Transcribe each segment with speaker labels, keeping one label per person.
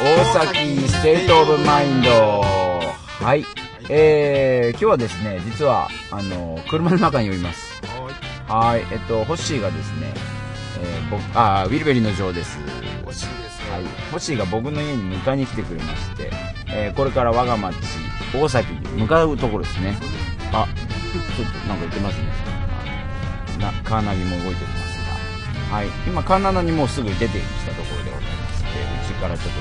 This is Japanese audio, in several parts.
Speaker 1: 大崎ステートオブマインド。はい。えー、今日はですね、実は、あの、車の中におります。はい。えっと、ホッシーがですね、えー、僕、あー、ウィルベリーのジョーです。
Speaker 2: 惜しいですね。
Speaker 1: はい、ホッシーが僕の家に迎えに来てくれまして、えーこれから我が町大崎に向かうところですねあちょっとなんか言ってますねあなカーナビも動いておりますが、はい、今カーナナにもうすぐ出てきたところでございますうちからちょっと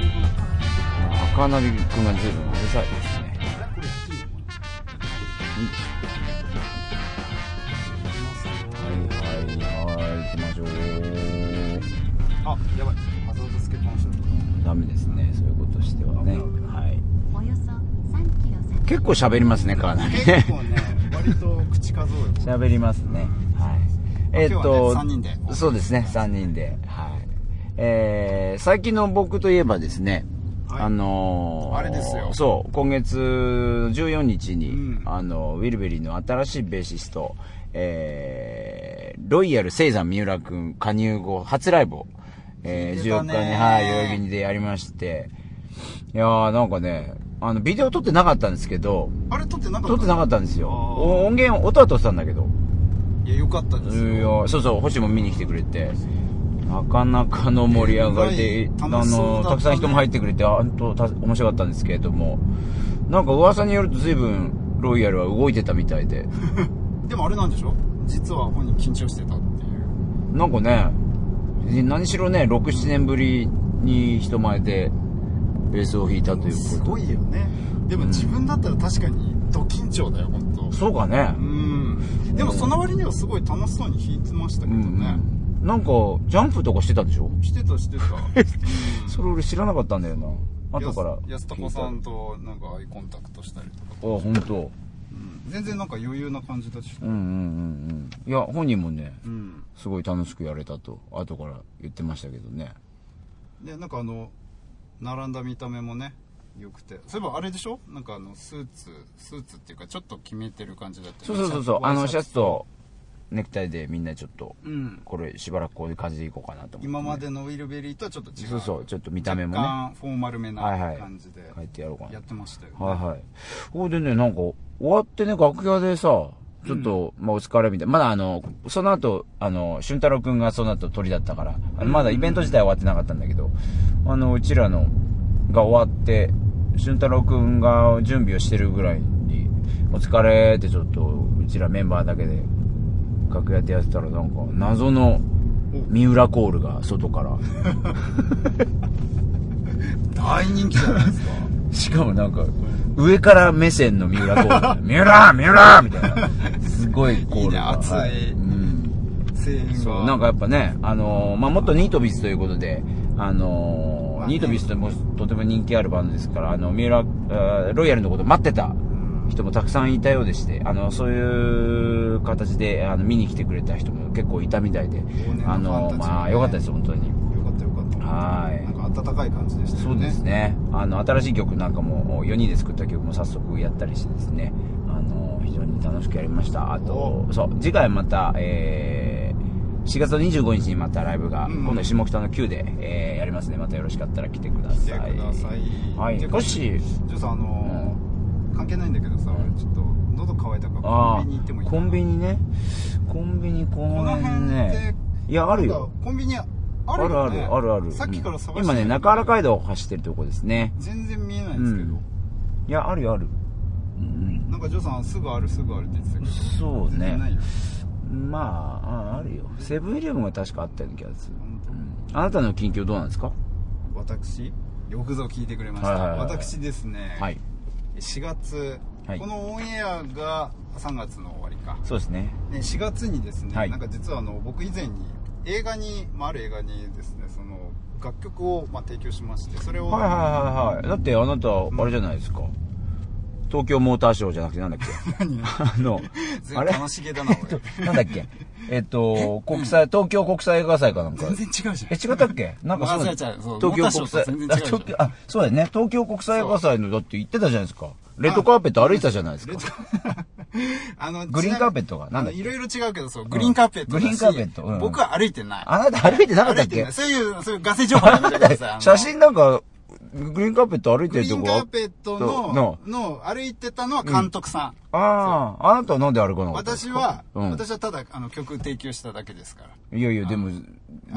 Speaker 1: 出たところですがあカーナビ君が随分うるさいですねはいはいはい行きましょう
Speaker 2: あ、やばい。ハザードスケボーの人
Speaker 1: ダメですねそういうことしてはね、
Speaker 2: 危ない危
Speaker 1: はい、
Speaker 3: およそ3キロ先
Speaker 1: 結構喋りますねかなりね
Speaker 2: 結構ね、割と口数 多い。
Speaker 1: 喋りますねはい
Speaker 2: 今
Speaker 1: え
Speaker 2: 日
Speaker 1: ーっ
Speaker 2: は
Speaker 1: と、
Speaker 2: ね三人で
Speaker 1: そうですね3人ではいえー、最近の僕といえばですね、
Speaker 2: はい
Speaker 1: あのー
Speaker 2: あれですよ
Speaker 1: そう今月14日に、
Speaker 2: うん
Speaker 1: あのウィルベリーの新しいベーシストえー、ロイヤル聖山三浦君加入後初ライブを、えー、
Speaker 2: 聞いて
Speaker 1: 14
Speaker 2: たね
Speaker 1: 日にはい代々木でやりましていやーなんかねあのビデオ撮ってなかったんですけど
Speaker 2: あれ撮ってなかった
Speaker 1: 撮ってなかったんですよ
Speaker 2: あー
Speaker 1: お音源音は撮ってたんだけど
Speaker 2: いや、よかったで
Speaker 1: い
Speaker 2: すよ。
Speaker 1: やそうそう星も見に来てくれてなかなかの盛り上がりで、
Speaker 2: えー
Speaker 1: あ
Speaker 2: 楽しそうだ
Speaker 1: の
Speaker 2: ったね
Speaker 1: たくさん人も入ってくれてあ本当た面白かったんですけれどもなんか噂によると随分ロイヤルは動いてたみたいで
Speaker 2: でもあれなんでしょ実は本人緊張してたっていう。
Speaker 1: なんかね何しろね67年ぶりに人前でベースを弾いたという
Speaker 2: す
Speaker 1: こ
Speaker 2: ごいよね。でも自分だったら確かにド緊張だよ、ほんと
Speaker 1: と。そうかね
Speaker 2: うん。でもその割にはすごい楽しそうに弾いてましたけ
Speaker 1: う
Speaker 2: ど
Speaker 1: ん、
Speaker 2: ね。
Speaker 1: うん、なんかジャンプとかしてたでしょ
Speaker 2: してたしてた。
Speaker 1: それ俺知らなかったんだよな 後から
Speaker 2: や安高さんとなんかアイコンタクトしたりとか。
Speaker 1: あ本当。
Speaker 2: うん全然なんか余裕な感じだし。
Speaker 1: うんうんうんうんいや本人もね
Speaker 2: うん。
Speaker 1: すごい楽しくやれたと後から言ってましたけどね
Speaker 2: でなんかあの並んだ見た目もね良くてそういえばあれでしょなんかあのスーツスーツっていうかちょっと決めてる感じだった
Speaker 1: そ
Speaker 2: よ
Speaker 1: う
Speaker 2: ね
Speaker 1: そうそうそうあのシャツ
Speaker 2: と
Speaker 1: とネクタイでみんなちょっと
Speaker 2: うん
Speaker 1: これしばらくこういう感じでいこうかなと思って、
Speaker 2: 今までのウィルベリーとはちょっと違う
Speaker 1: そうそうちょっと見た目もね
Speaker 2: 若干フォーマルめな
Speaker 1: はいはい
Speaker 2: 感じで
Speaker 1: 変えてやろうかな
Speaker 2: やってましたよ、ね
Speaker 1: はいはいほいでねなんか終わってね楽屋でさちょっと、まあお疲れみたいな。まだあの、その後、あの、俊太郎くんがその後鳥だったから、あのまだイベント自体終わってなかったんだけど、あの、うちらの、が終わって、俊太郎くんが準備をしてるぐらいに、お疲れってちょっと、うちらメンバーだけで、楽屋でやってたらなんか、謎の、三浦コールが外から。
Speaker 2: 大人気じゃないですか
Speaker 1: しかもなんか、上から目線の三浦コ ール。三浦三浦みたいな。すごいコールが。
Speaker 2: いいね熱い
Speaker 1: はうん。
Speaker 2: 声援が
Speaker 1: そう、なんかやっぱね、あのーまあ、元ニートビズということで、あのー
Speaker 2: まあね
Speaker 1: ニートビズともとても人気あるバンドですから、あの、三浦、あーロイヤルのこと待ってた人もたくさんいたようでして、あの、そういう形で、あの、見に来てくれた人も結構いたみたいで
Speaker 2: 往年のファンたちもね、
Speaker 1: あのーまあ、よかったです、本当に。
Speaker 2: よかったよかった
Speaker 1: はい
Speaker 2: なんか温かい感じでしたよね
Speaker 1: そうですねあの新しい曲なんかも4人で作った曲も早速やったりしてですねあの非常に楽しくやりましたあとそう次回また、えー4月の25日にまたライブが、
Speaker 2: うん
Speaker 1: 今度下北の Q で、えーやりますねまたよろしかったら来てくだ
Speaker 2: 来て
Speaker 1: さい
Speaker 2: ください
Speaker 1: はい
Speaker 2: てか
Speaker 1: もし
Speaker 2: ジョーさんあのー関係ないんだけどさ俺ちょっと喉乾いたからコ
Speaker 1: あ
Speaker 2: ンビニ行ってもいい
Speaker 1: あ
Speaker 2: か
Speaker 1: コ
Speaker 2: な
Speaker 1: ンビニねコンビニこ
Speaker 2: こ
Speaker 1: の
Speaker 2: の
Speaker 1: 辺
Speaker 2: 辺って
Speaker 1: ねいやあるよ
Speaker 2: コンビニあ
Speaker 1: あ
Speaker 2: る
Speaker 1: る
Speaker 2: よ
Speaker 1: あ
Speaker 2: ね
Speaker 1: るあるある
Speaker 2: さっきから探して
Speaker 1: 今ね中原街道を走ってるとこですね
Speaker 2: 全然見えないんですけど、
Speaker 1: いやあるよあるうん
Speaker 2: なんかジョーさんすぐあるすぐあるって言ってたけど
Speaker 1: そうね
Speaker 2: 全然ないよ
Speaker 1: まあああるよセブンイレブンが確かあったような気がする、
Speaker 2: 本当
Speaker 1: あなたの近況どうなんですか
Speaker 2: 私よくぞ聞いてくれました、
Speaker 1: はいはいはい
Speaker 2: 私ですね、
Speaker 1: はい
Speaker 2: 4月、
Speaker 1: はい
Speaker 2: このオンエアが3月の終わりか、
Speaker 1: そうですね
Speaker 2: ね、4月にですね、
Speaker 1: はい
Speaker 2: なんか実はあの僕以前に映画に、まあ、ある映画にですねその楽曲をまあ提供しましてそれを、
Speaker 1: はいはいはいはいだってあなたあれじゃないですか、東京モーターショーじゃなくてなんだっけ
Speaker 2: 何
Speaker 1: あの、
Speaker 2: 全
Speaker 1: あ
Speaker 2: 然
Speaker 1: れ
Speaker 2: 楽しげだな俺
Speaker 1: なんだっけえっと、国際、東京国際映画祭かなんか
Speaker 2: 全。然違うじゃん
Speaker 1: え、違ったっけなんか
Speaker 2: まあ
Speaker 1: そう
Speaker 2: 違う違うそう
Speaker 1: 東京
Speaker 2: モ
Speaker 1: 国
Speaker 2: ーターショ
Speaker 1: 際
Speaker 2: ーと全然違う
Speaker 1: あ
Speaker 2: でしょ
Speaker 1: 東京あ、そうだよね。東京国際映画祭の、だって行ってたじゃないですか。レッドカーペット歩いてたじゃないですか。
Speaker 2: あの
Speaker 1: グリーンカーペットがなんだっけ
Speaker 2: いろいろ違うけどそうグリーンカーペットだし
Speaker 1: グリーンカーペットうん
Speaker 2: 僕は歩いてない
Speaker 1: あなた歩いてなかったっ
Speaker 2: 歩いて
Speaker 1: け
Speaker 2: ないそういうそういうガセ情報やめてく ださいあの
Speaker 1: 写真なんか、グリーンカーペット歩いてる
Speaker 2: グリ
Speaker 1: と
Speaker 2: ーン
Speaker 1: こ
Speaker 2: カーペットの
Speaker 1: の、
Speaker 2: の、歩いてたのは監督さん。
Speaker 1: ああ、あなたはなんで歩かなかったんです
Speaker 2: 私
Speaker 1: か
Speaker 2: は、
Speaker 1: うん
Speaker 2: 私はただ、あの、曲提供しただけですから。
Speaker 1: いやいや、でも、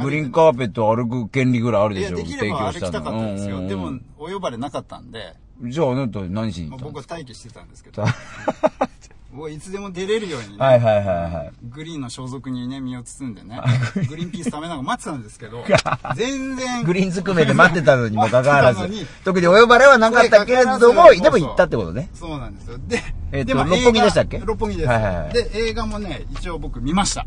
Speaker 1: グリーンカーペット歩く権利ぐらいある
Speaker 2: い
Speaker 1: でし
Speaker 2: や、
Speaker 1: ょ、
Speaker 2: できれば歩きたかったんです
Speaker 1: う
Speaker 2: よ。
Speaker 1: ん
Speaker 2: でも、お呼ばれなかったんで、
Speaker 1: じゃああなた何しに行
Speaker 2: まあ
Speaker 1: ったん
Speaker 2: 僕
Speaker 1: で
Speaker 2: は
Speaker 1: す
Speaker 2: 待機してたんですけど
Speaker 1: か、
Speaker 2: もういつでも出れるようにね、
Speaker 1: はいはいはいはい。
Speaker 2: グリーンの装束にね、身を包んでね、グリーンピースためなんか待ってたんですけど、全然、
Speaker 1: グリーンずくめで待ってたのにもかかわ らず
Speaker 2: 待ってたのに、
Speaker 1: 特にお呼ばれはなかったけれども、
Speaker 2: 声かからず
Speaker 1: でも行ったってことね。
Speaker 2: そうなんですよ。で、
Speaker 1: えっと
Speaker 2: でまあ
Speaker 1: 六本木でしたっけ
Speaker 2: 映画六本木です、
Speaker 1: はいはいはい
Speaker 2: で、映画もね、一応僕見ました。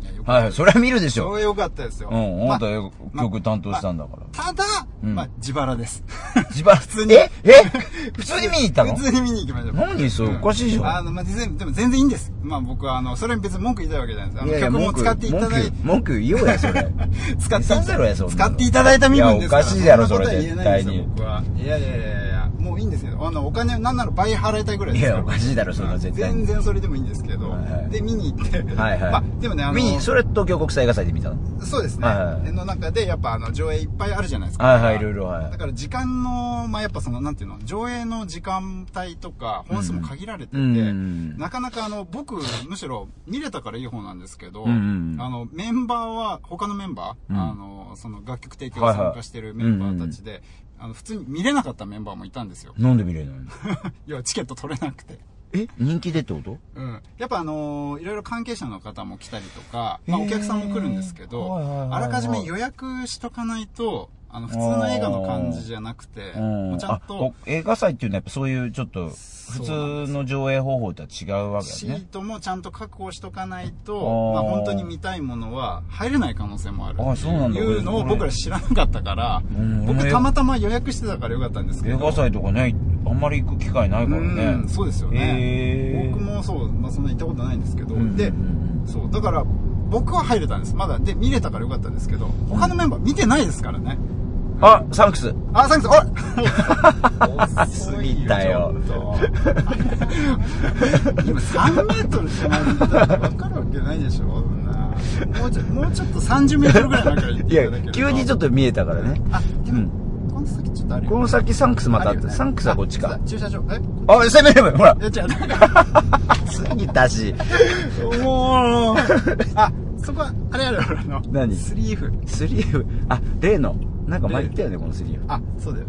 Speaker 2: いやよかった
Speaker 1: はいはい、それは見るでし
Speaker 2: そ
Speaker 1: ょ。
Speaker 2: れ良かったですよ。
Speaker 1: うん、
Speaker 2: ま
Speaker 1: あ
Speaker 2: あ
Speaker 1: なた曲担当したんだから。
Speaker 2: ただ、
Speaker 1: ん
Speaker 2: まあ、自腹です。
Speaker 1: 自腹、
Speaker 2: 普通に
Speaker 1: ええ 普通に見に行ったの
Speaker 2: 普通に見に行きましょう。
Speaker 1: 何それおかしいじゃん
Speaker 2: あの、まあ、全然、でも全然いいんです。まあ僕は、あの、それに別に文句言いたいわけじゃないです。あの、
Speaker 1: いやいや
Speaker 2: 曲も
Speaker 1: 文句
Speaker 2: 使っていただい
Speaker 1: 文
Speaker 2: て、
Speaker 1: 句文句言おうや、 それ。
Speaker 2: 使ってい
Speaker 1: 出させろやそんなの
Speaker 2: 使っていただいた身分ですから。
Speaker 1: いやおかしいだろ
Speaker 2: んなことは言えないんですよ
Speaker 1: それ絶
Speaker 2: 僕は。いやいやいやいや、もういいんですよ。あの、お金なんなら倍払いたいぐらい
Speaker 1: い
Speaker 2: ですから。
Speaker 1: や、おかしいだろ、それは絶対
Speaker 2: 全
Speaker 1: に。
Speaker 2: 然それでもいいんですけど、
Speaker 1: はいはい
Speaker 2: で見に行って、
Speaker 1: はいはい。
Speaker 2: まあ、でもねあの
Speaker 1: 見に、それ東京国際映画祭で見たの
Speaker 2: そうですね、
Speaker 1: はいはい
Speaker 2: の中でやっぱあの上映いっぱいあるじゃないですか、
Speaker 1: はいはい、いろいろ、はい
Speaker 2: だ。から時間の、まあ、やっぱその、なんていうの、上映の時間帯とか、本数も限られてて、
Speaker 1: うんうん
Speaker 2: なかなかあの、僕、むしろ見れたからいい方なんですけど、
Speaker 1: うんうん
Speaker 2: あの、メンバーは、他のメンバー、
Speaker 1: うん
Speaker 2: あの、その楽曲提供に参加してるメンバーたちで、あの、普通に見れなかったメンバーもいたんですよ。
Speaker 1: なんで見れないの
Speaker 2: 要はチケット取れなくて。
Speaker 1: え人気でってこと
Speaker 2: うん、やっぱあのーいろいろ関係者の方も来たりとか、まあ、
Speaker 1: へー
Speaker 2: お客さんも来るんですけど、
Speaker 1: はいはいはいはい
Speaker 2: あらかじめ予約しとかないとあの普通の映画の感じじゃなくてもうちゃん
Speaker 1: あ
Speaker 2: と
Speaker 1: お映画祭っていうのはやっぱそういうちょっと普通の上映方法とは違うわけです
Speaker 2: シー
Speaker 1: ね。
Speaker 2: トもちゃんと確保しとかないと、
Speaker 1: ー
Speaker 2: まあ、本当に見たいものは入れない可能性もある
Speaker 1: あそうなんだ
Speaker 2: いうのを僕ら知らなかったから
Speaker 1: ん俺
Speaker 2: 僕
Speaker 1: も
Speaker 2: たまたま予約してたからよかったんですけ
Speaker 1: 映
Speaker 2: ど
Speaker 1: 画祭とかね、あんまり行く機会ないからね。
Speaker 2: うんそうですよね、
Speaker 1: へー
Speaker 2: 僕もそう、まあ、そんな行ったことないんですけど、
Speaker 1: うん
Speaker 2: で、
Speaker 1: うん
Speaker 2: そうだから僕は入れたんですまだで見れたからよかったんですけど他のメンバー見てないですからね、
Speaker 1: あ、サンクス。
Speaker 2: あサンクスあれ
Speaker 1: 過ぎたよ
Speaker 2: ちょっと今3メートル手前にいたら分かるわけないでしょそんなもうちょもうちょっと30メートルぐらいなんから行っ
Speaker 1: い
Speaker 2: ていただける
Speaker 1: や、急にちょっ
Speaker 2: と
Speaker 1: と見えたからね。
Speaker 2: あでも、
Speaker 1: うん
Speaker 2: この先ちょっとあるよ
Speaker 1: この先サンクスまたあ
Speaker 2: あ
Speaker 1: っ
Speaker 2: るよ
Speaker 1: て、
Speaker 2: ね
Speaker 1: サンクスはこっち
Speaker 2: あ
Speaker 1: か。
Speaker 2: 駐車場え
Speaker 1: あ、攻めればいいほら
Speaker 2: い。や違 うなんか
Speaker 1: 過ぎたし。
Speaker 2: もうあそこはあれあるあるあの
Speaker 1: 何
Speaker 2: スリーフ
Speaker 1: スリーブ、あ、例の。なんか前言ったよね、このスリーブ。
Speaker 2: あそうだよ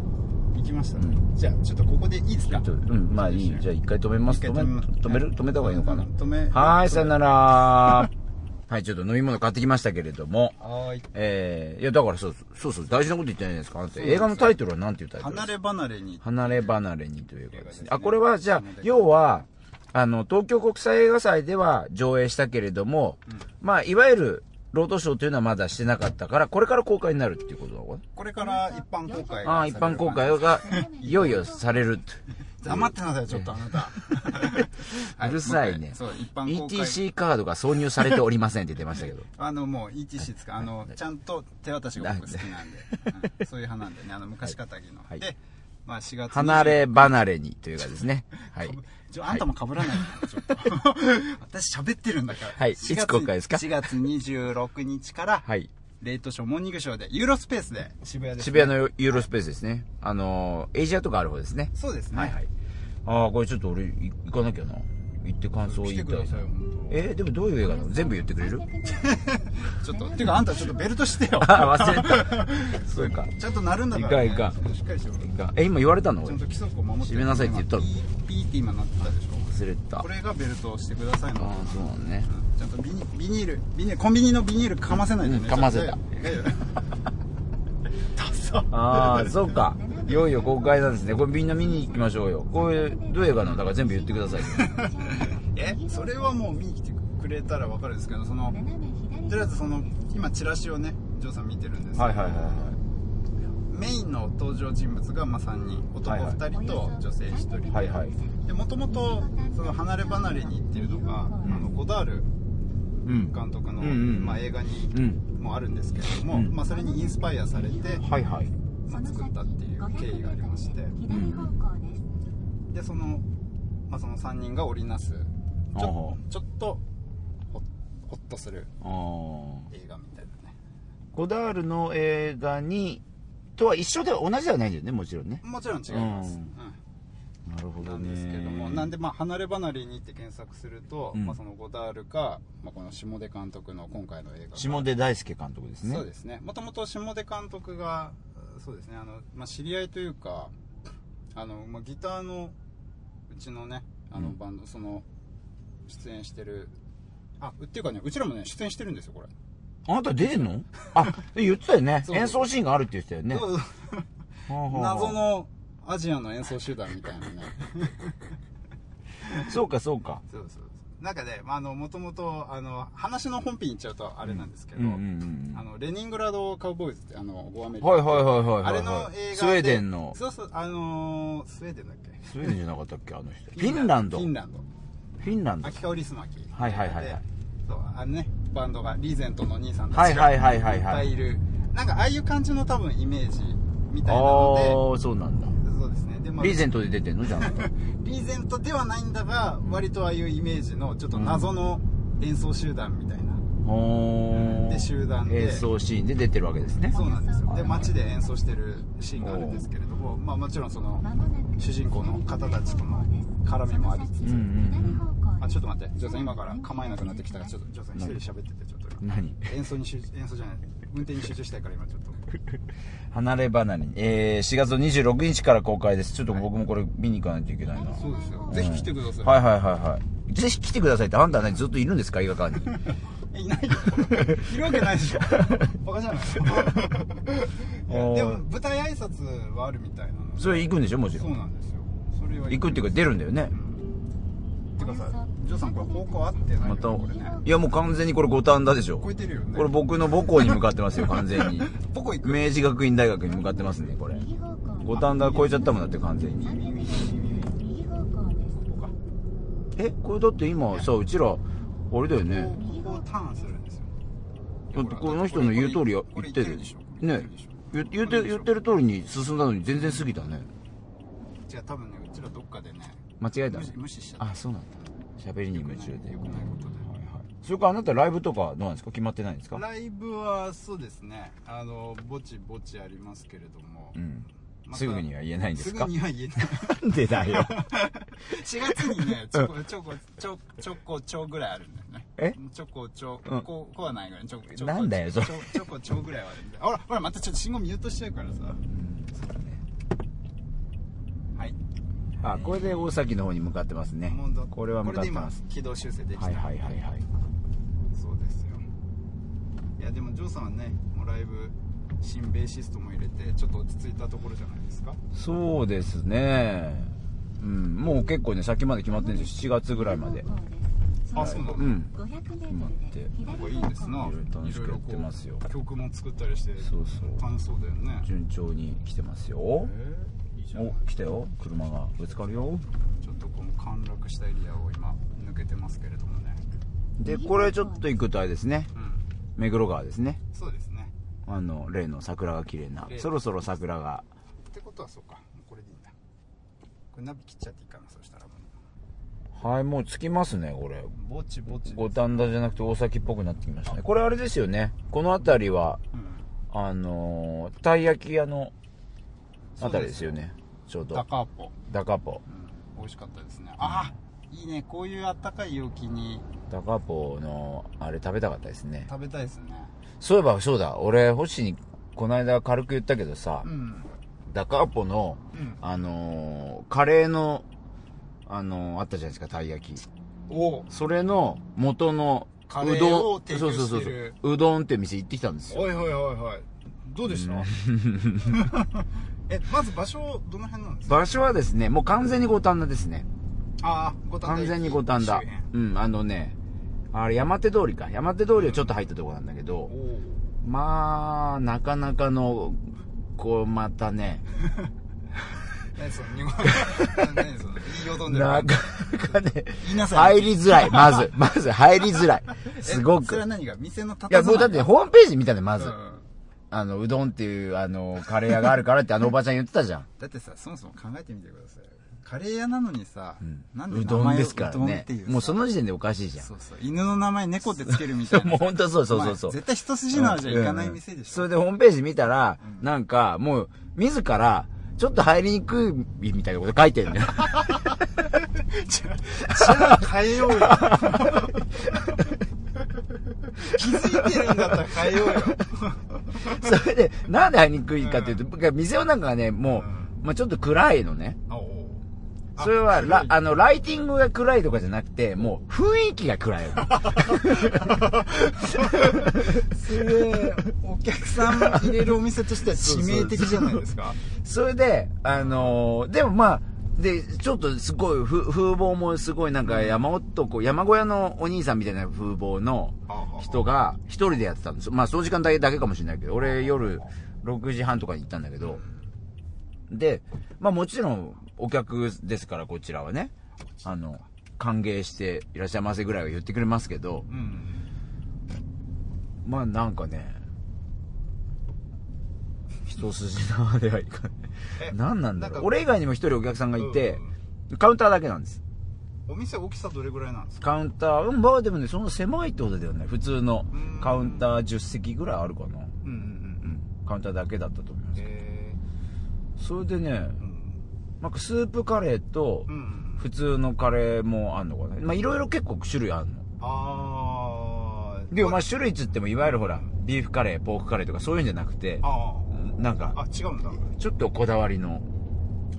Speaker 2: 行きましたね、
Speaker 1: う
Speaker 2: じゃあちょっとここでいいですか
Speaker 1: ちょっとうん、まあいい。じゃあ一回止めます。
Speaker 2: 一回
Speaker 1: 止
Speaker 2: 止め
Speaker 1: め、止める止めた方がいいのかな。
Speaker 2: 止め
Speaker 1: はーい、
Speaker 2: 止め
Speaker 1: さよなら。はい、ちょっと飲み物買ってきましたけれども。
Speaker 2: はーい
Speaker 1: えー、いや、だからそうそうそう、大事なこと言ってないですか。あなた
Speaker 2: そうです
Speaker 1: 映画のタイトルはなんていうタイトルです
Speaker 2: 離
Speaker 1: か
Speaker 2: れ離れに
Speaker 1: 離れ離れにというかです
Speaker 2: 映画で
Speaker 1: ね
Speaker 2: すね。
Speaker 1: あ、これはじゃあ、要は、あの、東京国際映画祭では上映したけれども、まあ、いわゆる、ロードショーというのはまだしてなかったから、これから公開になるっていうことだこれ
Speaker 2: これから一般公開
Speaker 1: ああ、一般公開が、いよいよされると。
Speaker 2: 黙ってなさいちょっとあなたは
Speaker 1: うるさいね
Speaker 2: もう一回そう一般公開
Speaker 1: ETC カードが挿入されておりませんって出ましたけ ど。
Speaker 2: あのもう ETC ですかあのちゃんと手渡しが僕好きなんで、うんそういう派なんでねあの昔かたぎの、
Speaker 1: はい
Speaker 2: でまあ4月に
Speaker 1: 離れ離れにというかですね。はい。
Speaker 2: ちょあんたも被らないでちょっと 私喋ってるんだから
Speaker 1: はい
Speaker 2: 4月
Speaker 1: いつ公開ですか
Speaker 2: 4月26日から
Speaker 1: はい。
Speaker 2: レイトショーモーニングショーでユーロスペースで渋谷で
Speaker 1: 渋谷のユーロスペースですね。あのー、エイジアとかある方ですね。
Speaker 2: そうですね、
Speaker 1: はいはい。ああ、これちょっと俺、い行かなきゃな。行って感想を言
Speaker 2: 来て
Speaker 1: い
Speaker 2: く
Speaker 1: た
Speaker 2: だ
Speaker 1: い
Speaker 2: さ。
Speaker 1: ない
Speaker 2: よ本
Speaker 1: えー、でもどういう映画なの全部言ってくれる
Speaker 2: 当ちょっとてかあんたちょっとベルトしてよ
Speaker 1: あ、忘れた。そうか。
Speaker 2: ちゃんと鳴るんだから、ね、
Speaker 1: いかんいかん
Speaker 2: ちょっとしっかりしよう
Speaker 1: え、今言われたの
Speaker 2: ちゃ
Speaker 1: 俺
Speaker 2: んと規則を守って
Speaker 1: 締めなさいって言ったの
Speaker 2: 今ピーピーって今鳴ってたでしょ
Speaker 1: 忘れてた。あ
Speaker 2: これがベルトをしてくださいの
Speaker 1: あ、そうなのね。
Speaker 2: ちゃんとビニビニールビニールコンビニのビニールかませないでね、
Speaker 1: うんかませた
Speaker 2: ダサ
Speaker 1: ああ、そうか。いよいよ公開なんですね。これみんな見に行きましょうよ。こういう、どういう映画なのだから全部言ってくださいよ。
Speaker 2: えそれはもう見に来てくれたらわかるんですけどそのとりあえずその今チラシをねジョーさん見てるんですけど、
Speaker 1: はい。
Speaker 2: メインの登場人物がまあ3人男
Speaker 1: はいはい
Speaker 2: 2人と女性1人で、
Speaker 1: はいはい
Speaker 2: でもともとその離れ離れにっていうのが、
Speaker 1: うん
Speaker 2: あのゴダール
Speaker 1: うん
Speaker 2: 監督の、
Speaker 1: うんうん
Speaker 2: まあ、映画に
Speaker 1: うん
Speaker 2: もあるんですけれども、
Speaker 1: うん
Speaker 2: まあ、それにインスパイアされて、
Speaker 1: はいはい
Speaker 2: まあ、作ったっていう経緯がありまして
Speaker 3: 左方向です。
Speaker 2: でその,、まあ、その3人が織りなすちょちょっとほほっとする
Speaker 1: あー
Speaker 2: 映画みたいなね
Speaker 1: ゴダールの映画にとは一緒では同じではないんだよねもちろんね
Speaker 2: もちろん違います、
Speaker 1: うん
Speaker 2: うん
Speaker 1: なるほ
Speaker 2: な
Speaker 1: ど
Speaker 2: ん
Speaker 1: ね
Speaker 2: ですけどもなんでまあ離れ離れにって検索すると、
Speaker 1: うん
Speaker 2: まあ、そのゴダールか、まあ、この下出監督の今回の映画が
Speaker 1: 下出大輔監督ですね
Speaker 2: そうですねもともと下出監督がうんそうですねあの、まあ、知り合いというかあの、まあ、ギターのうちのねあの
Speaker 1: うん
Speaker 2: バンド、その出演してるあうっていうかねうちらもね出演してるんですよこれ、
Speaker 1: あなた出てんのあ言ってたよ ね
Speaker 2: そう
Speaker 1: 演奏シーンがあるって言ってたよね
Speaker 2: そう
Speaker 1: はあはあはあ
Speaker 2: 謎のアジアの演奏集団みたいなね
Speaker 1: そうか そうか
Speaker 2: そうそうそうなんかねもともと話の本編いっちゃうとあれなんですけど、
Speaker 1: うんうんうん
Speaker 2: あのレニングラード・カウボーイズってあのゴアメリカ
Speaker 1: はいはいはいはいはいはい
Speaker 2: あれの映画で
Speaker 1: スウェーデンの
Speaker 2: そうそうあのー、スウェーデンだっけ
Speaker 1: スウェーデンじゃなかったっけあの人フィンランド
Speaker 2: フィン
Speaker 1: フ
Speaker 2: ランド
Speaker 1: ィンランド
Speaker 2: 秋川リスマキ
Speaker 1: はいはいはいはい
Speaker 2: でそうあのねバンドがリーゼントの兄さんた
Speaker 1: はい
Speaker 2: ちが
Speaker 1: はいい
Speaker 2: っ
Speaker 1: はいはいは
Speaker 2: ぱいい
Speaker 1: い
Speaker 2: るなんかああいう感じの多分イメージみたいなの
Speaker 1: ああそうなんだ
Speaker 2: でそうですねで、まあ、
Speaker 1: リーゼントで出てんのじゃああな た
Speaker 2: リーゼントではないんだが割とああいうイメージのちょっと謎の演奏集団みたいな、
Speaker 1: ほー
Speaker 2: で集団で
Speaker 1: 演奏シーンで出てるわけですね
Speaker 2: そうなんですよ
Speaker 1: はい
Speaker 2: で街で演奏してるシーンがあるんですけれども、まあ、もちろんその
Speaker 3: まもなく
Speaker 2: 主人公の方たちとの絡みもありつ
Speaker 1: つうんうん
Speaker 2: あちょっと待って女さん今から構えなくなってきたからちょっと女さん一人で喋っててちょっと今
Speaker 1: 何
Speaker 2: 演奏に集演奏じゃない運転に集中したいから今ちょっと
Speaker 1: 離れ離れに、えー、4月26日から公開ですちょっと僕もこれ見に行かないといけないな、
Speaker 2: そうですよぜひ来てください、
Speaker 1: はいはいはいはいぜひ来てくださいってあんたはねずっといるんですか映画館に
Speaker 2: い、ないよいるわけないでしょバカじゃ ないいやでも舞台挨拶はあるみたいなの
Speaker 1: それ行くんでしょもちろ
Speaker 2: そうんなんですよそれは
Speaker 1: 行くっていうか出るんだよね
Speaker 2: てかさジョーさんこれ方向合ってないよ
Speaker 1: また
Speaker 2: これね
Speaker 1: いやもう完全にこれ五反田でしょ
Speaker 2: 超えてるよね
Speaker 1: これ僕の母校に向かってますよ完全に
Speaker 2: どこ行く
Speaker 1: 明治学院大学に向かってますねこれ
Speaker 3: 右方向
Speaker 1: 五反田越えちゃったもんだって完全に
Speaker 3: 右方向です。
Speaker 2: ここか
Speaker 1: えこれだって今さうちらあれだよね
Speaker 2: ここをターンするんですよ
Speaker 1: だってこの人の言う通りや
Speaker 2: こ
Speaker 1: 言
Speaker 2: れ
Speaker 1: ってる
Speaker 2: でしょこれ言って
Speaker 1: ね
Speaker 2: るでしょ
Speaker 1: 言言って言ってる通りに進んだのに全然過ぎたね
Speaker 2: じゃあ多分ねうちらどっかでね
Speaker 1: 間違えた
Speaker 2: 無
Speaker 1: ね
Speaker 2: 視無視しちゃった
Speaker 1: あそうなんだ喋りに夢中で
Speaker 2: よくないことで
Speaker 1: それからあなたライブとかどうなんですか決まってないんですか
Speaker 2: ライブはそうですねあのぼちぼちありますけれども、
Speaker 1: うん
Speaker 2: また
Speaker 1: すぐには言えないんですす
Speaker 2: ぐ
Speaker 1: か
Speaker 2: には言えない
Speaker 1: なんでだ よ
Speaker 2: 4月にねちょこちょこちょちょこちょぐらいあるんだよね
Speaker 1: え
Speaker 2: ちょこちょ
Speaker 1: うん
Speaker 2: ここはないぐらいちょこちょこ
Speaker 1: なんだよそれ
Speaker 2: ちょちょこちょぐらいはあるんだよほらほらまたちょっと信号ミュートしちゃうからさはい
Speaker 1: あこれで大崎の方に向かってますね
Speaker 2: もうど
Speaker 1: これは向かってます
Speaker 2: これで今軌道修正できた、
Speaker 1: はいはいはいはい
Speaker 2: そうですよいやでもジョーさんはねもうライブ新ベーシストも入れてちょっと落ち着いたところじゃないですか
Speaker 1: そうですねうんもう結構ね先まで決まってるんですよ7月ぐらいまで
Speaker 3: 右方向です
Speaker 2: あそうなの
Speaker 1: うん
Speaker 3: 500メートルで
Speaker 2: なん
Speaker 3: 左
Speaker 2: か
Speaker 3: 方
Speaker 2: いいですな
Speaker 1: ろいろ楽しくやってますよ
Speaker 2: いろいろこう曲も作ったりして
Speaker 1: そうそう
Speaker 2: 楽しそうだよね
Speaker 1: 順調に来てますよお
Speaker 2: いいじゃん
Speaker 1: 来たよ車がぶつかるよ
Speaker 2: ちょっとこの陥落したエリアを今抜けてますけれどもね
Speaker 1: でこれちょっと行くとあれですね
Speaker 2: うん
Speaker 1: 目黒川ですね
Speaker 2: そうですね
Speaker 1: あの例の桜が綺麗な
Speaker 2: 例の
Speaker 1: そろそろ桜が
Speaker 2: ってことはそうかもうこれでいいんだこれナビ切っちゃっていいかなそしたらも
Speaker 1: はいもう着きますねこれ
Speaker 2: うぼちぼち
Speaker 1: 五反田じゃなくて大崎っぽくなってきましたねこれあれですよねこの辺りは
Speaker 2: うん
Speaker 1: あのーたい焼き屋の
Speaker 2: そうで
Speaker 1: 辺り
Speaker 2: すよ
Speaker 1: ですよねちょうど
Speaker 2: 高アポ
Speaker 1: ダカポ
Speaker 2: うん美味しかったですねああいいねこういうあったかい陽気に
Speaker 1: ダカポのあれ食べたかったですね
Speaker 2: 食べたいですね
Speaker 1: そういえばそうだ俺星にこの間軽く言ったけどさ
Speaker 2: うん
Speaker 1: ダカポの
Speaker 2: うん
Speaker 1: あのーカレーのあのーあったじゃないですかたい焼き
Speaker 2: お
Speaker 1: それの元の
Speaker 2: カレ
Speaker 1: う
Speaker 2: ー
Speaker 1: ど
Speaker 2: を
Speaker 1: ん
Speaker 2: 提
Speaker 1: そ
Speaker 2: 供
Speaker 1: う
Speaker 2: してる
Speaker 1: そうそうそううどんって店行ってきたんですよ
Speaker 2: おいおいおいおいどうでした、 えまず場所どの辺なんですか
Speaker 1: 場所はですねもう完全に五反田ですね
Speaker 2: ああ五反田
Speaker 1: 完
Speaker 2: 駅
Speaker 1: 全に五反田
Speaker 2: 周辺
Speaker 1: うんあのねあれ山手通りか山手通りをちょっと入ったとこなんだけど
Speaker 2: おお
Speaker 1: まあなかなかのこまたね、
Speaker 2: 何その日本何その言いよどんでる
Speaker 1: なかなかね、
Speaker 2: 言いなさい
Speaker 1: 入りづ らい、まず。まず入りづらい。すご
Speaker 2: えそ
Speaker 1: く。
Speaker 2: れはい何が店のた
Speaker 1: や、もうだってホームページ見たね、まず
Speaker 2: う。ん
Speaker 1: あの、うどんっていう、あの、カレー屋があるからってあのおばちゃん言ってたじゃん。
Speaker 2: だってさそもそも考えてみてくださいカレー屋なのにさ、なんで
Speaker 1: う
Speaker 2: 名
Speaker 1: どん
Speaker 2: 前を
Speaker 1: ですから
Speaker 2: うどんっ
Speaker 1: ね
Speaker 2: ていう。さ
Speaker 1: もうその時点でおかしいじゃん
Speaker 2: そ。うそう犬の名前猫ってつけるみた いな
Speaker 1: もう本当そうそうそうそう
Speaker 2: お前絶対一筋縄じゃいかない店でし
Speaker 1: うん
Speaker 2: ょ、
Speaker 1: うんそれでホームページ見たら、なんか、もう、自ら、ちょっと入りにくいみたいなこと書いてるん だよ。
Speaker 2: じゃあ変えようよ 気づいてるんだったら変えようよ
Speaker 1: それで、なんで入りにくいかっていうと、僕は店の中がね、もう、まあちょっと暗いのね。
Speaker 2: あおうあ
Speaker 1: それは、
Speaker 2: 暗
Speaker 1: ら
Speaker 2: い
Speaker 1: あの、ライティングが暗いとかじゃなくて、もう、雰囲気が暗い の。
Speaker 2: すげえお客さん入れるお店と しては致命的じゃないです か
Speaker 1: それで、あのーでもまあ、で、ちょっとすごい、ふ風貌もすごいなんか山男、山小屋のお兄さんみたいな風貌の人が一人でやってたんですよまあその時間だけだけかもしれないけど、俺夜6時半とかに行ったんだけど、で、まあもちろんお客ですからこちらはね、あの、歓迎していらっしゃいませぐらいは言ってくれますけど、
Speaker 2: うん
Speaker 1: まあなんかね、一筋縄ではいかない
Speaker 2: え。
Speaker 1: 何なんだろ
Speaker 2: なん
Speaker 1: う。
Speaker 2: か
Speaker 1: 俺以外にも一人お客さんがいて、カウンターだけなんです。
Speaker 2: お店大きさどれぐらいなんですか
Speaker 1: カウンター、うん、まあでもね、その狭いってことではない。普通の
Speaker 2: うん
Speaker 1: カウンター10席ぐらいあるかな。
Speaker 2: うんうんうん
Speaker 1: うん。カウンターだけだったと思います。
Speaker 2: え
Speaker 1: それでね、
Speaker 2: ーうん
Speaker 1: なんかスープカレーと
Speaker 2: う、ん
Speaker 1: 普通のカレーもあんのかな。まあいろいろ結構種類あんの。
Speaker 2: あー
Speaker 1: でもまあ種類っつっても、いわゆるほら、ビーフカレー、ポークカレーとかそういうんじゃなくて、
Speaker 2: あ
Speaker 1: なん
Speaker 2: ーあ
Speaker 1: か、
Speaker 2: 違うんだ
Speaker 1: ちょっとこだわりの、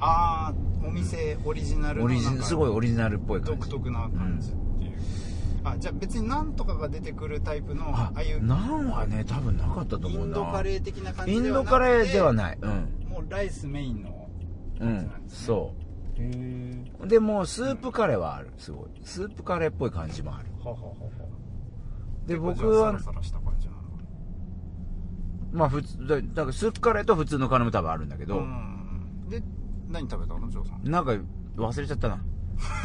Speaker 2: ああお店オリジナルの
Speaker 1: オリジ
Speaker 2: なん
Speaker 1: ナ
Speaker 2: か
Speaker 1: すごいオリジナルっぽい感
Speaker 2: 独
Speaker 1: じ。
Speaker 2: 特な感じっていう、あじゃあ別に何とかが出てくるタイプのあ
Speaker 1: あ
Speaker 2: あいう
Speaker 1: ナンはね多分なかったと
Speaker 2: イ
Speaker 1: 思うな
Speaker 2: ンドカレー的な感じ
Speaker 1: イ
Speaker 2: で
Speaker 1: ン
Speaker 2: はな
Speaker 1: ド
Speaker 2: くて
Speaker 1: カレーではないうん
Speaker 2: もうライスメインの
Speaker 1: う
Speaker 2: じ
Speaker 1: ん
Speaker 2: なんですね
Speaker 1: そ
Speaker 2: へえ
Speaker 1: うでもうスープカレーはあるすごいスープカレーっぽい感じもある
Speaker 2: はははは
Speaker 1: で僕は
Speaker 2: サラサラした感じなの
Speaker 1: まあ普通だだからスープカレーと普通のカレーも多分あるんだけど、
Speaker 2: うんで何食べたのジョーさん
Speaker 1: なんか忘れちゃったな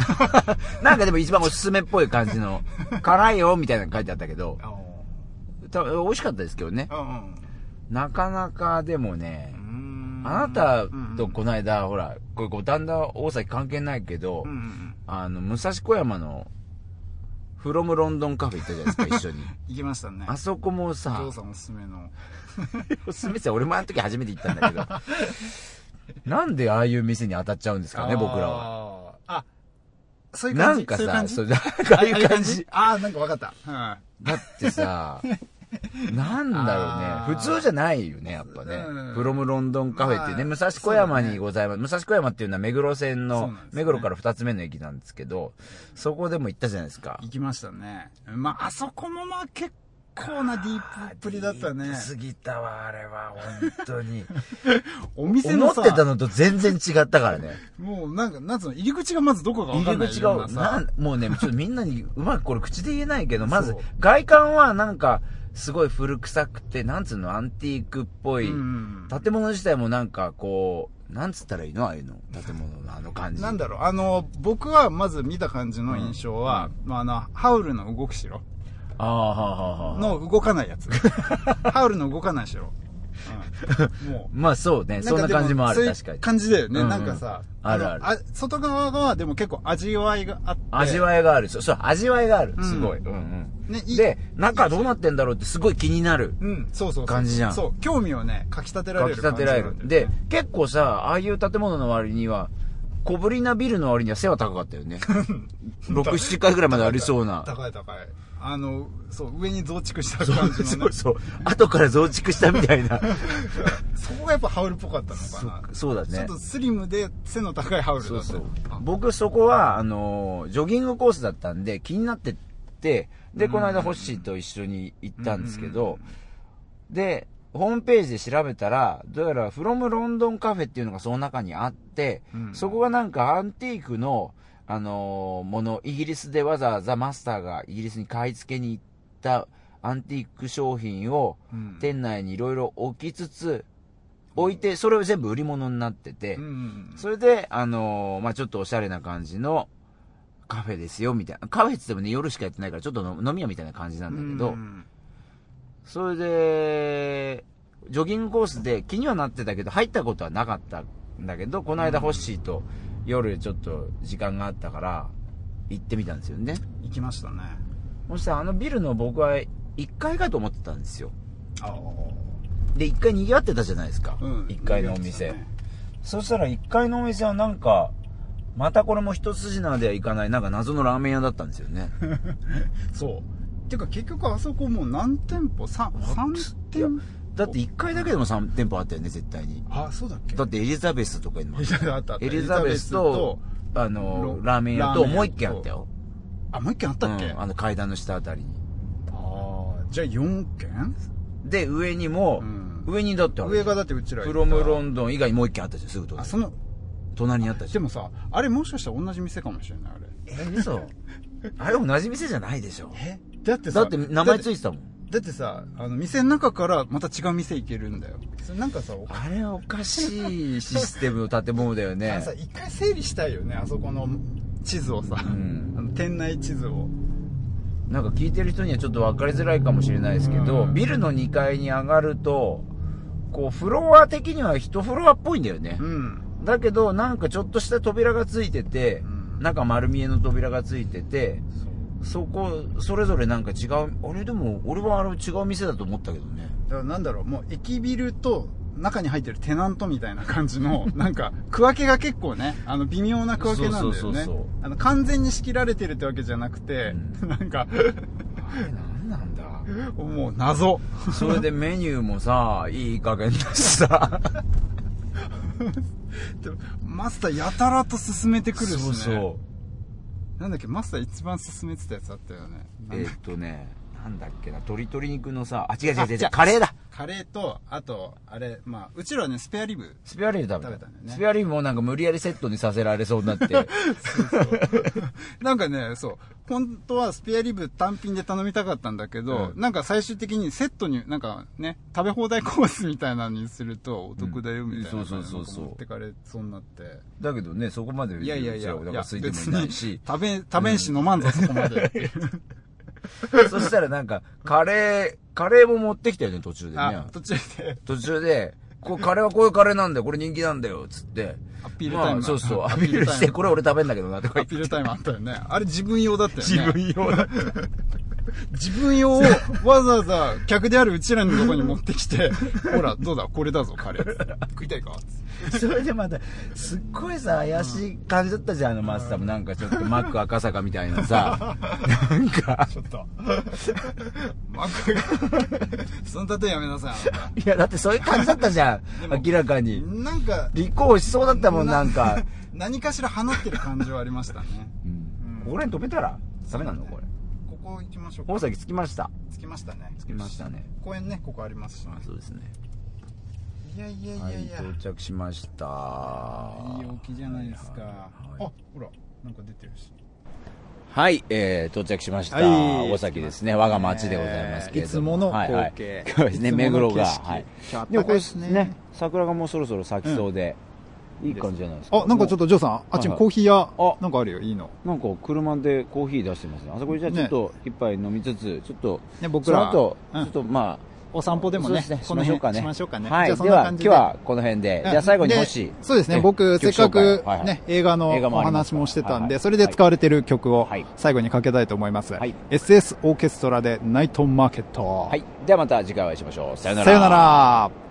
Speaker 1: なんかでも一番おすすめっぽい感じの辛いよみたいなの書いてあったけど
Speaker 2: あ
Speaker 1: 多分美味しかったですけどね
Speaker 2: あうん
Speaker 1: なかなかでもね
Speaker 2: うん
Speaker 1: あなたと
Speaker 2: の
Speaker 1: この間、ほら、これ五反田大崎関係ないけど、
Speaker 2: うんうんうん
Speaker 1: あの、武蔵小山の、フロムロンドンカフェ行ったじゃないですか、一緒 に。
Speaker 2: 行きましたね
Speaker 1: あそこも
Speaker 2: ジ
Speaker 1: さ
Speaker 2: ョー、さんおすすめの
Speaker 1: おすすめさ、俺もあの時初めて行ったんだけど、 なんでああいう店に当たっちゃうんですかね、僕らは。
Speaker 2: はあそういう
Speaker 1: な
Speaker 2: 感
Speaker 1: ん
Speaker 2: じ
Speaker 1: か
Speaker 2: そういう
Speaker 1: さ、
Speaker 2: 感じ
Speaker 1: そうなんかああいう感じ。
Speaker 2: ああ、なんかわかった。うん。
Speaker 1: だって さ、なんだ
Speaker 2: あ
Speaker 1: ろう
Speaker 2: ー
Speaker 1: ね。普通じゃないよね、やっぱね
Speaker 2: うん。
Speaker 1: フロムロンドンカフェっていうね、
Speaker 2: ま
Speaker 1: 武
Speaker 2: あ
Speaker 1: 蔵小山にございます。武蔵小山っていうのは目黒線
Speaker 2: そう
Speaker 1: の
Speaker 2: なん、ですね
Speaker 1: 目黒から二つ目の駅なんですけど、そこでも行ったじゃないですか。
Speaker 2: 行きましたね。まあ、あそこもまあ結構なディープっぷりだっ
Speaker 1: ディ
Speaker 2: たね
Speaker 1: ー。プすぎたわ、あれは、本当に。
Speaker 2: お 店
Speaker 1: 思
Speaker 2: の
Speaker 1: っ
Speaker 2: さ、
Speaker 1: てたのと全然違ったからね。
Speaker 2: もうなんか、なんつうの、入り口がまずどこかわか
Speaker 1: 入
Speaker 2: んな
Speaker 1: り
Speaker 2: い
Speaker 1: 口
Speaker 2: よう
Speaker 1: が、
Speaker 2: なさ
Speaker 1: なん、もうね、ちょっとみんなにうまくこれ口で言えないけど、まず
Speaker 2: そう、
Speaker 1: 外観はなんか、すごい古臭くて、なんつうの、アンティークっぽい。
Speaker 2: うん
Speaker 1: 建物自体もなんかこう、なんつったらいいのああいうの。建物のあの感じ。
Speaker 2: なんだろう、あの、僕はまず見た感じの印象は、まあ、あの、ハウルの動く城
Speaker 1: ああ、はあはあはあ。
Speaker 2: の動かな いやつ。ハウルの動かない城。うん、もう。
Speaker 1: まあそうね、
Speaker 2: か
Speaker 1: そんな
Speaker 2: でも
Speaker 1: 感じもあ
Speaker 2: そ
Speaker 1: る、
Speaker 2: ういう
Speaker 1: 確かに。
Speaker 2: 感じだよね。
Speaker 1: うんうん
Speaker 2: なんかさ、
Speaker 1: ある
Speaker 2: の
Speaker 1: ある
Speaker 2: 外側はでも結構味わいがあって。
Speaker 1: 味わいがある。そう、そう、味わいがある。
Speaker 2: うん
Speaker 1: すごい。うんうん。
Speaker 2: ね、いい
Speaker 1: で、中どうなってんだろうってすごい気になる。
Speaker 2: うん、そうそうそう。
Speaker 1: 感じじゃん
Speaker 2: そう、興味をね、かき立てら
Speaker 1: か
Speaker 2: れ
Speaker 1: き立
Speaker 2: る感じ
Speaker 1: て
Speaker 2: な
Speaker 1: ら
Speaker 2: ん
Speaker 1: れ
Speaker 2: だよね。
Speaker 1: る。で、結構さ、ああいう建物の割には、小ぶりなビルの割には背は高かったよ ね。6、7階ぐらいまでありそうな。
Speaker 2: 高い高い。あの、そう、上に増築した
Speaker 1: そ
Speaker 2: 感
Speaker 1: う
Speaker 2: じ
Speaker 1: そ
Speaker 2: の
Speaker 1: う
Speaker 2: ね。
Speaker 1: そう。後から増築したみたい な。
Speaker 2: そこがやっぱハウルっぽかったのか
Speaker 1: そ
Speaker 2: な。
Speaker 1: そうだ
Speaker 2: ちょ
Speaker 1: ね
Speaker 2: っと。スリムで背の高いハウル
Speaker 1: そ
Speaker 2: だ
Speaker 1: う
Speaker 2: った
Speaker 1: そう
Speaker 2: の。あ。
Speaker 1: 僕そこは、あのー、ジョギングコースだったんで、気になってって、で、この間ホッシーと一緒に行ったんですけど、で、ホームページで調べたら、どうやら、フロムロンドンカフェっていうのがその中にあって、
Speaker 2: うん
Speaker 1: そこがなんかアンティークの、あのーもの、イギリスでわざわざマスターがイギリスに買い付けに行ったアンティーク商品を
Speaker 2: うん
Speaker 1: 店内にいろいろ置きつつ、置いて、それを全部売り物になってて、
Speaker 2: うん
Speaker 1: それで、あのーまあ、ちょっとおしゃれな感じのカフェですよ、みたいな。カフェって言ってもね、夜しかやってないから、ちょっとの飲み屋みたいな感じなんだけど、
Speaker 2: うん
Speaker 1: それで、ジョギングコースで気にはなってたけど、入ったことはなかったんだけど、この間ホッシーと夜ちょっと時間があったから、行ってみたんですよね。
Speaker 2: 行きましたね
Speaker 1: そしたらあのビルの僕は1階かと思ってたんですよ。
Speaker 2: ああ
Speaker 1: で、1階賑わってたじゃないですか。
Speaker 2: うん
Speaker 1: 1階のお店。
Speaker 2: ね
Speaker 1: そしたら1階のお店はなんか、またこれも一筋縄ではいかない、なんか謎のラーメン屋だったんですよ ね。
Speaker 2: そうてか結局あそこもう何店舗 3, 三
Speaker 1: いや
Speaker 2: 店舗
Speaker 1: だって1階だけでも3店舗あったよね、絶対に。
Speaker 2: あそうだっけ
Speaker 1: だってエリザベスとかにもあ
Speaker 2: エ
Speaker 1: っ
Speaker 2: リ
Speaker 1: た
Speaker 2: ザベスあった
Speaker 1: エリザベスと、あの、ラーメン屋と、
Speaker 2: ラーメン屋と
Speaker 1: もう一軒あったよ。
Speaker 2: あもう一軒あったっけ、
Speaker 1: うんあの階段の下あたりに。
Speaker 2: ああじゃあ4軒
Speaker 1: で、上にも、
Speaker 2: うん
Speaker 1: 上にだってある
Speaker 2: 上がだってうちら
Speaker 1: プロムロ
Speaker 2: ン
Speaker 1: ンドン以外にもう一軒あったじゃん、すぐ
Speaker 2: あ
Speaker 1: 隣。
Speaker 2: その
Speaker 1: 隣にあったじゃ
Speaker 2: で
Speaker 1: ん。
Speaker 2: もさあれもしかしたら同じ店かもしれないあれ
Speaker 1: え、嘘。あれ同じ店じゃないでしょ。
Speaker 2: えだって
Speaker 1: だ
Speaker 2: さ
Speaker 1: って名前つ
Speaker 2: だっ
Speaker 1: いてたもん。
Speaker 2: てだってさあの店の中からまた違う店行けるんだよそれなんかさお
Speaker 1: あれおかしいシステムの建物だよ
Speaker 2: あの
Speaker 1: ね
Speaker 2: さ。一回整理したいよねあそこの地図をさ、
Speaker 1: ん
Speaker 2: あの店内地図を
Speaker 1: なんか聞いてる人にはちょっと分かりづらいかもしれないですけど、
Speaker 2: うん
Speaker 1: ビルの2階に上がると、こうフロア的には1フロアっぽいんだよね。
Speaker 2: うん
Speaker 1: だけど、なんかちょっとした扉がついてて、
Speaker 2: うん
Speaker 1: なんか丸見えの扉がついてて、そこ、それぞれなんか違う、あれでも、俺はあれ違う店だと思ったけどね。
Speaker 2: だからなんだろうもう駅ビルと中に入ってるテナントみたいな感 じのなんか区分けが結構ねあの微妙な区分けなんだ
Speaker 1: そ
Speaker 2: よ
Speaker 1: うそうそう
Speaker 2: ね
Speaker 1: そう
Speaker 2: あの完全に仕切られてるってわけじゃなくて、なんか
Speaker 1: あれなんなんだ
Speaker 2: もう謎
Speaker 1: それでメニューもさ、いい加減だしさ。
Speaker 2: でもマスターやたらと進めてくるしね
Speaker 1: そうそう。
Speaker 2: なんだっけマスター一番進めてたやつあったよね
Speaker 1: えーっとね、なんだっけな、鶏鶏肉のさ、あ、違う違う違う違
Speaker 2: あ違
Speaker 1: う
Speaker 2: う、
Speaker 1: カレーだ
Speaker 2: カレーとあとあれまあうちらはねスペアリブ
Speaker 1: スペアリブ食べた。
Speaker 2: 食べたんだよね
Speaker 1: スペアリブもなんか無理やりセットにさせられそうに なって。
Speaker 2: なんかねそう本当はスペアリブ単品で頼みたかったんだけど、
Speaker 1: うん
Speaker 2: なんか最終的にセットになんかね食べ放題コースみたいなのにするとお得だよみたいな、
Speaker 1: うんそうそうそうそう
Speaker 2: なんか持ってかれそうになって
Speaker 1: だけどね、そこまで
Speaker 2: いやいやいや
Speaker 1: うちらお
Speaker 2: い
Speaker 1: 腹
Speaker 2: や
Speaker 1: 空いてもいないし。
Speaker 2: 食べ食べんし飲まんぞ、そ こまで
Speaker 1: そしたらなんか、カレー、カレーも持ってきたよね、途中でね
Speaker 2: あ。途中で
Speaker 1: 途中で、こうカレーはこういうカレーなんだよ、これ人気なんだよ、つって。
Speaker 2: アピールタイム
Speaker 1: まあそうそう、アピールして、これ俺食べんだけどな、とか言
Speaker 2: ア
Speaker 1: って。
Speaker 2: ピールタイムあったよねあれ自分用だったよね
Speaker 1: 自分用だ。
Speaker 2: 自 分用をわざわざ客であるうちらのとこに持ってきて、 ほら、どうだ、これだぞ、カレー。食いたいか
Speaker 1: それでまた、すっごいさ、怪しい感じだったじゃん、あのマスターも。なんかちょっとマック赤坂みたいなさ。なん か。
Speaker 2: ちょっと。マック、その例えやめなさい、あ
Speaker 1: いや、だってそういう感じだったじゃ
Speaker 2: で
Speaker 1: ん。
Speaker 2: も
Speaker 1: 明らか
Speaker 2: な
Speaker 1: に
Speaker 2: た。なんか、
Speaker 1: 立候補しそうだったもん、なんか。
Speaker 2: 何かしら放ってる感じはありましたね。
Speaker 1: うんここら辺止めたらダメなのこれ。
Speaker 2: ここ行きましょうか
Speaker 1: 大。崎着きました。
Speaker 2: 着きましたね。
Speaker 1: 着きましたね。
Speaker 2: 公園ね、ここありますしね。
Speaker 1: そうですね。
Speaker 2: いやいやい
Speaker 1: は
Speaker 2: や
Speaker 1: い、
Speaker 2: いや。
Speaker 1: 到着しました。
Speaker 2: いい陽気じゃないですか。
Speaker 1: はい
Speaker 2: あ、ほら、なんか出てるし。
Speaker 1: はい、えー、到着しました。
Speaker 2: はい
Speaker 1: 大崎ですね。我が町でございますけれども。
Speaker 2: えーいつもの
Speaker 1: はいはい
Speaker 2: 光景
Speaker 1: そうですね、
Speaker 2: いつもの
Speaker 1: 目黒が。
Speaker 2: 景色
Speaker 1: はい
Speaker 2: 今日。
Speaker 1: でもこれ
Speaker 2: 暖かいですね
Speaker 1: ね、桜がもうそろそろ咲きそうで、いい感じじゃないですか。
Speaker 2: あ、なんかちょ
Speaker 1: と。
Speaker 2: っと、ジョーさん、あっちにコーヒー
Speaker 1: あ
Speaker 2: 屋、なんかあるよ、いいの。
Speaker 1: なんか車でコーヒー出してますね。あそこでじゃあちょっと一杯飲みつつ、ちょっと、
Speaker 2: ね僕ら
Speaker 1: その
Speaker 2: う
Speaker 1: 後、
Speaker 2: ん
Speaker 1: ちょっとまあ、
Speaker 2: お散歩でも
Speaker 1: そう
Speaker 2: ね、
Speaker 1: すし
Speaker 2: こ
Speaker 1: ま
Speaker 2: の
Speaker 1: しょう
Speaker 2: 辺
Speaker 1: かね。
Speaker 2: しましょうかね。
Speaker 1: はい。
Speaker 2: じ
Speaker 1: で
Speaker 2: ゃあそんな
Speaker 1: は、
Speaker 2: 感
Speaker 1: 今
Speaker 2: じ
Speaker 1: 日はこの辺で。じゃあ最後に
Speaker 2: で
Speaker 1: もし。
Speaker 2: そうですね、
Speaker 1: え
Speaker 2: 僕、せっ
Speaker 1: 曲
Speaker 2: か
Speaker 1: 紹介
Speaker 2: く
Speaker 1: はいはい
Speaker 2: ね、映画の
Speaker 1: 映画も
Speaker 2: お
Speaker 1: あります
Speaker 2: 話
Speaker 1: から
Speaker 2: もしてたん
Speaker 1: はいはい
Speaker 2: で、それで使われてる曲を
Speaker 1: はい
Speaker 2: 最後にかけたいと思います。
Speaker 1: はい
Speaker 2: SS オーケストラでナイトマーケット。
Speaker 1: はい。ではまた次回お会いしましょう。さよなら。
Speaker 2: さよなら。